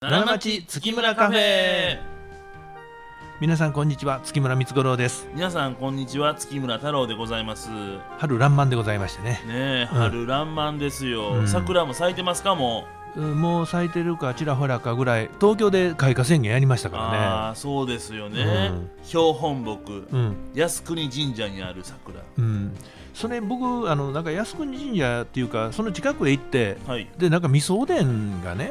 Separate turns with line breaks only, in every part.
奈良町月村カフェ
皆さんこんにちは月村光五郎です
皆さんこんにちは月村太郎でございますね
春爛漫でございましてね
え
うん
春爛漫ですよ、
うん
桜も咲いてますかも
うんもう咲いてるかちらほらかぐらい東京で開花宣言やりました
う、
か
ああそうですよね、
うん
標本木
らねうん
靖国神社にある桜
うんそれ僕あのなんか靖国神社っていうかその近くへ行って
はい、
でなんか味噌おでんがね、
は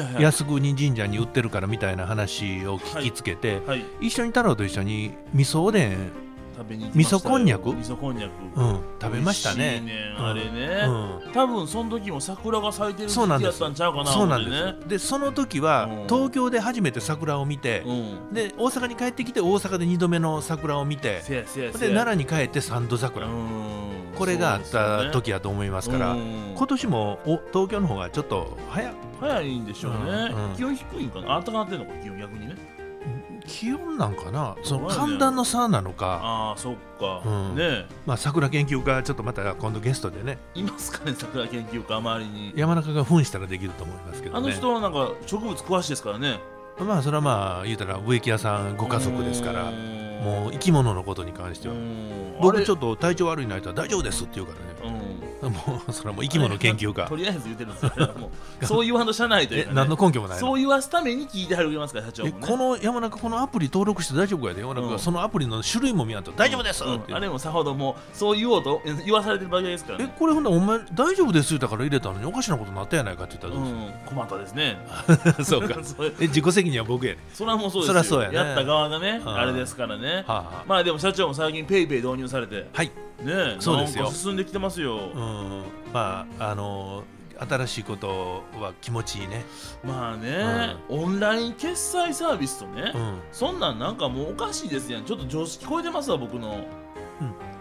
いはい
靖国神社に売ってるからみたいな話を聞きつけて、
はい
一緒に太郎と一緒に味噌おでん、
食べに行きましたよ
味噌こんにゃく
味噌こんにゃく、
うん、食べました
美味
ね
い
うん
あれ
う
ね、
ん、
多分その時も桜が咲いてる時
そうなん
期
です
やったんちゃうかな
そうなん
思
で
っ
す
て
よでその時は、
うん
東京で初めて桜を見て、
うん
で大阪に帰ってきて大阪で2度目の桜を見て
せやせやせ
で
や
奈良に帰って三度桜、
うん
これがあった時だと思いますから、
うん
今年もお東京の方がちょっと早
早いんでしょうね、
うんうん
気温低いんかなあったかなってんのか気温逆にね
気温なんかな
そ
そう
だ
の
ね
寒暖の差なのか、
ああそっか、
うん
ねえ
まあ、桜研究家ちょっとまた今度ゲストでね
いますかね桜研究家周りに
山中が扮したらできると思いますけどね
あの人はなんか植物詳しいですからね
まあそれはまあ言うたら植木屋さんご家族ですから
も
もう生き物のことに関しては僕
僕
ち
ち
ょ
ょっ
っと体調悪いな人は大丈夫ですって言うからね
と、うん、
もうそれはもう生き物研究家
とりあえず言ってるんですよもうそう言わんと社内という
え
か、ね、
何の根拠もない
そう言わすために聞いてはるますから社長
え
も、ね、
この山中このアプリ登録して大丈夫かいで山中が、
うん
そのアプリの種類も見やんと大丈夫ですって
う
言
ん
って、
あれもさほどもうそう言おうとえ言わされてる場合ですから、
え
ね、
これほんならお前大丈夫です言うたから入れたのにおかしなことになったやないかって言
う
ったらどうす
ん困ったですね
る、そう か
それ
え自己責任は僕やね
それはもうそうです
そらそうやね
やった側がね、
うん
あれですから
は
ね、
あ、はあ、
まあでも社長も最近ペイペイ導入されて
はい
ね
そうですよ
なんか進んできてますよ、
うんまああのー新しいことは気持ちいいね、
まあね、オンライン決済サービスとね、
うん、
そんなんなんかもうおかしいですやんちょっと常識超えてますわ僕の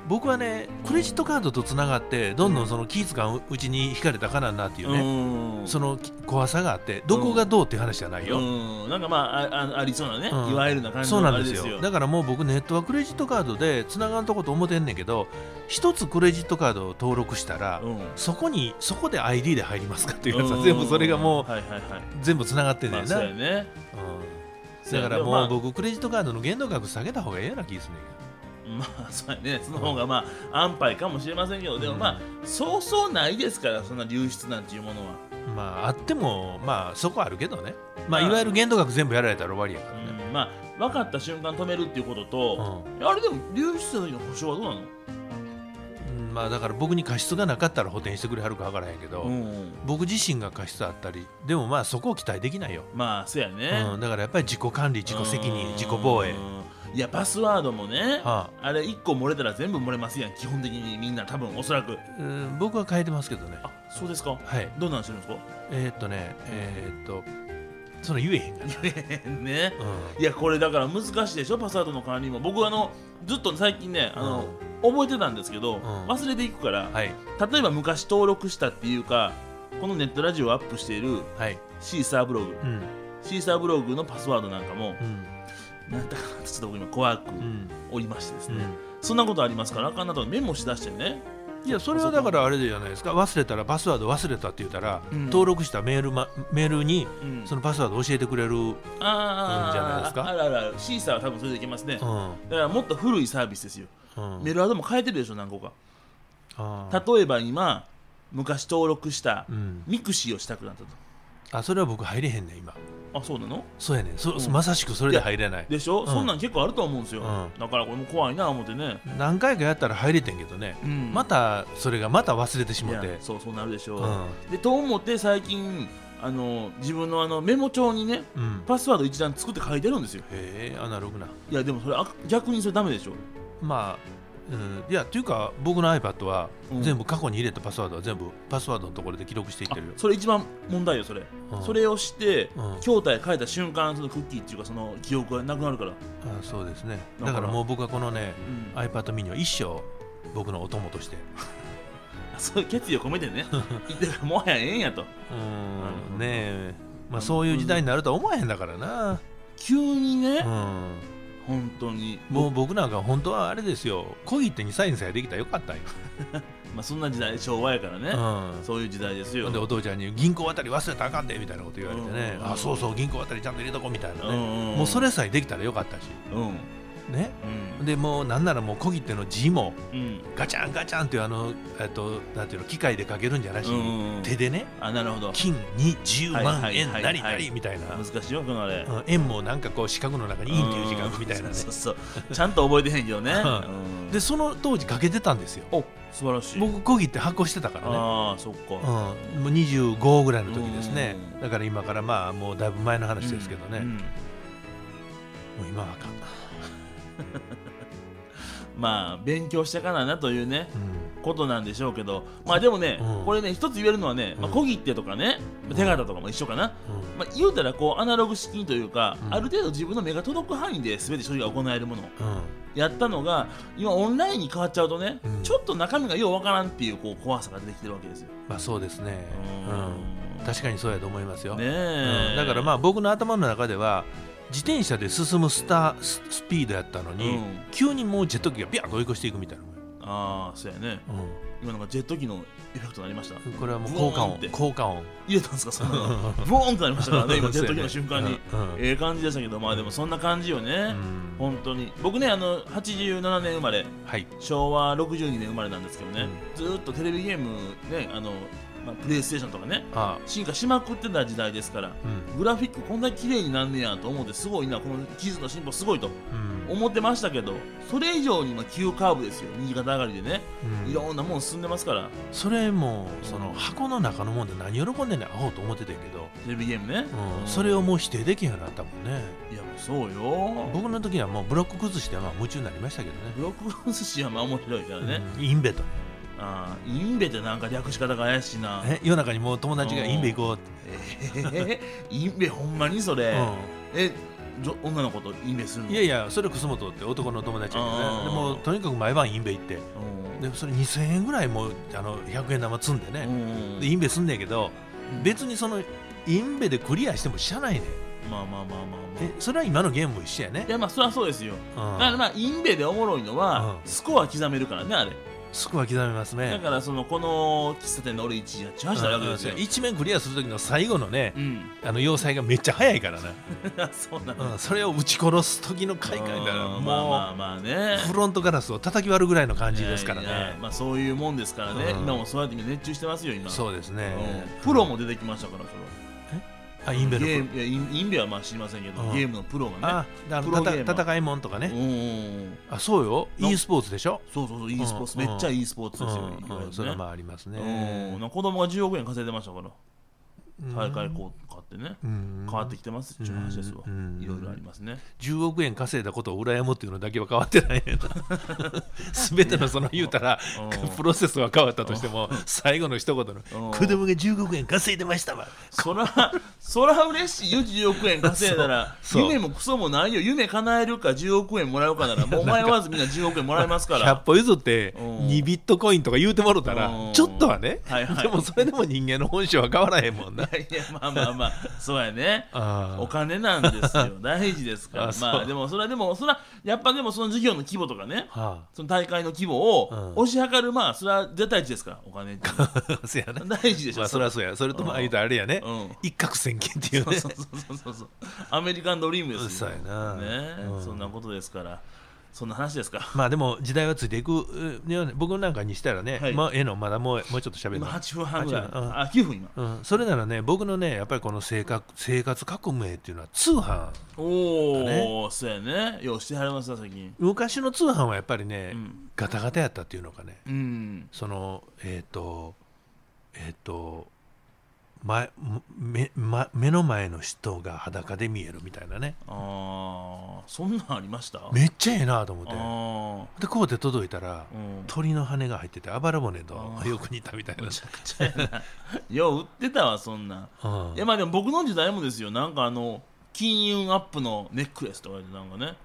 僕はねクレジットカードとつながってどんどんその気使ううちに惹かれたかなんなっていうね、
うん
その怖さがあってどこがどうっていう話じゃないよ、
うんなんかまあああありそうなね、
うん
いわゆるな感じ
そう
の
な
あ
ん
れ
です
です
よ
よ
だからもう僕ネットはクレジットカードでつながんとこと思ってんねんけど一つクレジットカードを登録したら、
うん
そこにそこで ID で入りますかっていうやつ
う
は
ん
全部それがもう
はいはいはい
全部つながってん
ま
ねん
あ
な、
そうやね
うん、
そう
だか
や
ら
でま
も
あ
う僕クレジットカードの限度額下げた方がええような気がするねん
まあそうやねその方がまあ安牌かもしれませんけど
けど
でもまあ、そうそうないですからそんな流出なんていうものは
うんまああってもまあそこあるけどねまあ
まあ
いわゆる限度額全部やられたら終わりやからね、
うんまあ分かった瞬間止めるっていうこと
う
と、
ん
あれでも流出した時の保証はどうなの
うんまあだから僕に過失がなかったら補填してくれはるか分からへんけど、
うん、
僕自身が過失あったりでもまあそこを期待できないよ、
まあそうやね、
うん、だからやっぱり自己管理自己責任自己防衛、
うんいやパスワードもねあ
はあ
れ1個漏れたら全部漏れますやん基本的にみんな多分おそらく
うん、僕は変えてますけどね
あそうですか
はい
どんなんしてるんですか
えー、っとねえー、っとその言えへんがな、
ね
う
いやこれだから難しいでしょパスワードの管理も僕あのずっと最近ねあの、覚えてたんですけど、
ん
忘れていくから
ん、はい
例えば昔登録したっていうかこのネットラジオをアップしている
はい
シーサーブログ
うん
シーサーブログのパスワードなんかも
うん
なんだかなってちょっと僕今怖く
うん
おりましてです
う
ね、
ん
そんなことありますからあかんなとメモしだしてね
いやそれはだからあれじゃないですか忘れたらパスワード忘れたって言ったら、
うん
登録したメール,、ま、メールに
うん
そのパスワード教えてくれる、うん、
あー
じゃないですか
あらあらあらシーサーは多分それでいけますね、だからもっと古いサービスですよ、
うん
メールアドも変えてるでしょ何個か
あー
例えば今昔登録した
うん、
ミクシーをしたくなったと
あそれは僕入れへんねん今
あそうなの
そうやねんそ、
うん
まさしくそれで入れない
でしょ、そんなん結構あると思うんですよ、
うん
だからこれも怖いな思ってね、
何回かやったら入れてんけどね、
うん
またそれがまた忘れてし
い
ま
や
って
そうそうなるでしょ
う
う、
ん
でと思って最近あの自分のあのメモ帳にね
うんへ
パスワード一覧作って書いてるんですよ
えアナログない
やでもそれあ逆にそれダメでしょ
まあ、うん、いやというか僕の iPad は
うん
全部過去に入れたパスワードは全部パスワードのところで記録していっ
あ
てるよ、
それ一番問題よそれ、
うん
それをして、
うん
筐体変えた瞬間そのクッキーっていうかその記憶がなくなるから、
あそうですね
だから
だからもう僕はこのね
うんあ
iPad mini は一生僕のお供として
そういう決意を込 めてねだからもはやええんやと
う
なるほど
んねえまあそういう時代になるとは思わへんだからな
急にね、
うん
本当に
もう僕なんか本当はあれですよ小切手にサインさえできたらよかったんよ、
まあ、そんな時代昭和やからね、
うん
そういう時代ですよ
ほんでお父ちゃんに「銀行渡り忘れたらあかんで」みたいなこと言われてね
う
「
ん
あそうそう銀行渡りちゃんと入れとこ」みたいな
うん
ね、
んん
もうそれさえできたらよかったし
うん
ね
うん
でもうなんならもう小切手の字も
うん
ガチャンガチャンっていうあの、えっと、なんていうの機械で書けるんじゃなし
うん
に、
うんうん
手でね
あなるほど
金に10万円
はいはいはいはい
なりなりみたいな、
難しいよこのあれ
うん円もなんかこう四角の中にいいっていう字がみたいな
うん
ね
そうそうそうちゃんと覚えてへんけどね、
う
うん
でその当時書けてたんですよ
お素晴らしい
僕小切手発行してたからね
ああそっか、
うん、もう25ぐらいの時ですね
うん
だから今からまあもうだいぶ前の話ですけどね、
うんう
も
ん
う今はあかん、
まあ勉強したからなというね
うん
ことなんでしょうけどまあでもね、
うん
これね一つ言えるのはね、まあ、
うん
小切手とかね手形とかも一緒かな、まあ、言うたらこうアナログ式というか、
うん
ある程度自分の目が届く範囲で全て処理が行えるもの
うんうん
やったのが今オンラインに変わっちゃうとね、
うん
ちょっと中身がようわからんっていうこう怖さが出てきてるわけですよ。
まあそうですね、
う
うん
ん
確かにそうやと思いますよ、
ねえ、
うんだからまあ僕の頭の中では自転車で進むスターススピードやったの
あう
に、
ん、
急にもうジェット機がビャーッと追い越していくみたいな、
あーそうやね
う
今のがジェット機のエフェクトになりました
ん、これはもう効果
ブーンっ
音
て
効果音
入れたんですかそんなの
うん
ボーンってなりまし たからね今ジェット機の
そう
瞬
やね
間に、
うんうん
ええ感じでしたけどまあでもそんな感じよ
う
ね、
ん
本当に僕ねあの87年生まれ
はい
昭和62年生まれなんですけどね、ずーっとテレビゲームねあの、まあ、プレイステーションとかね
あ
進化しまくってた時代ですから
うん
グラフィックこんな綺麗になんねやと思ってすごいなこの技術の進歩すごいと
うん
思ってましたけどそれ以上に今急カーブですよ右肩上がりでね
うん
いろんなもん進んでますから
それもその箱の中のもんで何喜んでんねんアホと思ってたんやけど、
テレビゲームね、
うん、それをもう否定できへんようになったもんね
いやもうそうよ
僕の時はもうブロック崩してまあ夢中になりましたけどね
ブロック寿司はまあ面白いからね、
うんインベと
ああインベってなんか略し方が怪しいな
え夜中にもう友達がインベ行こうって、
えー、 インベほんまにそれ、えじょ女の子とインベする
う
の
ん、いやいやそれ楠本って男の友達やけど
あー
ねでもとにかく毎晩インベ行って
うん
でそれ2000円ぐらいもうあの100円玉積んで
う
ね、
ん
でインベすんねんけど
うん
別にそのインベでクリアしてもしゃないねん
まあまあまあまあまあ
えそれは今のゲームも一緒やね
いやまあそりゃそうですよ
うん
だからまあインベでおもろいのは、
うん
スコア刻めるからねあれ
スコア刻めますね
だからそのこの喫茶店の俺1位やっちゃうしたわけですよ、
一面クリアする時の最後のね
うん、
あの要塞がめっちゃ早いからな、
そうなの、
うん、それを撃ち殺す時の快感だら
うんまあま
も
あまあね
うフロントガラスを叩き割るぐらいの感じですから
いやいや
ね
まあそういうもんですからね、
うん
今もそうやって熱中してますよ今
そうですね
うんプロも出てきましたからその
あインベル
ゲ
プ
ームいやインインベはまあ知りませんけど、
うん
ゲームのプロが
あ
ね
だ
プ
か
ロ
ら
ゲーマー
たた戦いもんとか
う
ね
んうんうん
あそうよ e スポーツでしょ
そうそうそう e スポーツ、
うん
めっちゃ e スポーツ
う
ですよ、
ん
いわゆ
う
る
んそれは
ね
まああります
うん
ね
なんか子供が10億円稼いでましたから
うん
大会こう買ってね
うん
変わってきてますっていう話ですわ
うん
いろいろありますね
10億円稼いだことを羨むっていうのだけは変わってないねんな 全てのその言うたら
うん
プロセスは変わったとしても最後の一言の
うん
「子供が10億円稼いでましたわ
そら、 そら嬉しいよ、10億円稼いだら、
そうそう
夢もクソもないよ、夢叶えるか10億円もらうかなら、もう迷わずみんな10億円もらえま すか
100
ら。
歩譲って
うん
2ビットコインとか言うてもろたら
うん
ちょっとはね
はいはい
でもそれでも人間の本性は変わらへん もんない
や、まあまあまあ、そうやね。
あ
お
ー
金なんです よ、大事ですから。
あそう
まあ、でも、それはでも、それは、やっぱでも、その事業の規模とかね、
は
その大会の規模を
うん
押し量る、まあ、それは絶対値ですから、お金 っていうのは
あせやな
大事でしょ。
まあそれはそうやそれとまあ言うたらあれや ね
うん
一攫千金っていうね
そうそうそうそう。アメリカンドリームです
そう
よ。
や
ね
なうん
そんなことですから、そんな話ですか。
まあでも時代はついていくうね僕なんかにしたらね
はい
まあええのまだもうもうちょっと喋る
今
の
8分半ぐらい。
8分うん
あ、9分今。
うん、それならね僕のねやっぱりこの生活生活革命っていうのは通販
おお、
だね
そうやね。ようしてはりますな、最近。
昔の通販はやっぱりね、
うん
ガタガタやったっていうのかね
うん。
そのえっ、とえっ、と前目ま目の前の人が裸で見えるみたいなね
ああ、そんなんありました
めっちゃええなと思って
あ
でこうやって届いたら、
あ。うん。
鳥の羽が入っててあばら骨と
あー
よく似たみたいな
むちゃくちゃやな。よう売ってたわ、そんなん。
うん
いや、まあでも僕の時代もですよ。なんかあの、金運アップのネックレスとかでなんかね、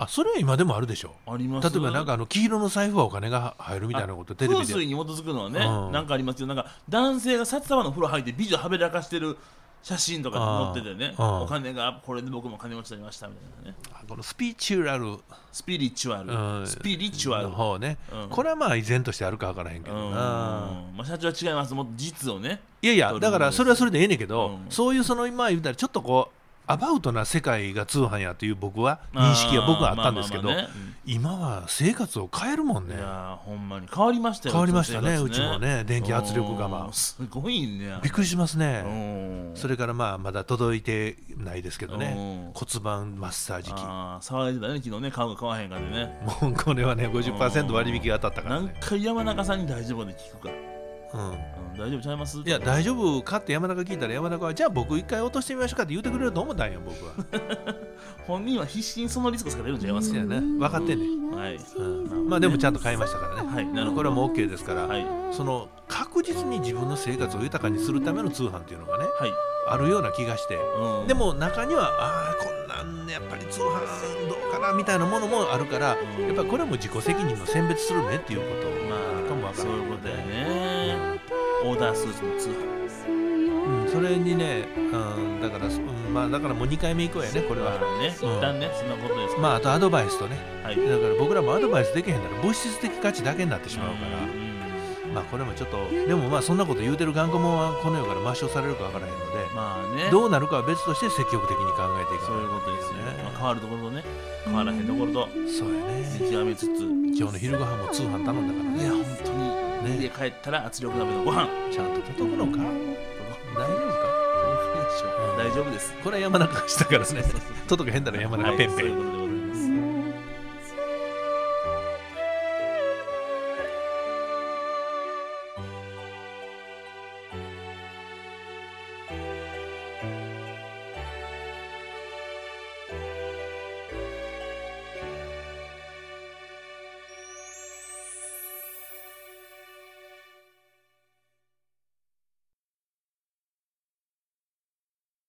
あそれは今でもあるでしょ
ありま
例
す
えばなんかあの黄色の財布はお金が入るみたいなことテレビ
風
で
水に基づくのはね、
うん
なんかありますよなんか男性が札束の風呂入って美女はべらかしてる写真とか載っててね、
あー
お金がこれで僕も金持ちになりましたみたいなね
あこのスピーチュラル
スピリチュアル、
うん
スピリチュアル、
の方ね、
うん
これはまあ依然としてあるかわからへんけ
う
ど
ん
な、
まあ、社長は違いますもっと実をね
いやいやだからそれはそれでええねんけど、
うん
そういうその今言うたらちょっとこうアバウトな世界が通販やという僕は認識は僕はあったんですけど、
まあまあまあね
今は生活を変えるもん
うん
ね
いやーほんまに変わりましたよ
変わりましたね
生
う
活
ちもね電気圧力
う
釜
んすごいね
びっくりしますね、
うん
それからまあまだ届いてないですけど
うん
ね骨盤マッサージ機
あー騒いでたね昨日ね顔が買わへんからね
もうこれはね50%割引が当たったから
何
ね、
回山中さんに大丈夫で聞くか、
うん、
うん大丈夫ちゃいます
いや大丈夫かって山中聞いたら山中はじゃあ僕一回落としてみましょうかって言ってくれると思ったんや僕 は
本人は必死にそのリスクされるんちゃいます
そうやね分かってんねん、
はい
うん、まあでもちゃんと買いましたからね、
はいなるほど
これはもう OK ですから、
はいは
その確実に自分の生活を豊かにするための通販っていうのがねあるような気がして、
い、うん、
でも中にはああこんなんやっぱり通販どうかなみたいなものもあるから
うん
やっぱりこれはもう自己責任の選別するねっていうこと
ま
なのかも
あ
わか
そう
らない
いうことだよねオーダースーツの通販
うん、それにね、うん、だから、うんまあ、だからもう2回目以降やねこれは
まあね一旦ね、そんなことです
まああとアドバイスとね
あはい
だから僕らもアドバイスできへんなら物質的価値だけになってしまうから、
ん
まあこれもちょっとでもまあそんなこと言うてる頑固者はこの世から抹消されるかわからへんので、
まあね
どうなるかは別として積極的に考えてい
そういう
く
ことですよ、
ね
まあ、変わるところとね変わらへんところと
そうやね
見極めつつい
今日の昼ご飯も通販頼んだ
や
からね
本当に、
ね
家帰ったら圧力鍋のご飯
ちゃんと届くのか大丈夫か
大丈夫です
これは山中がしたからね届けへんだら山中ペンペン、
はいそういうことでございます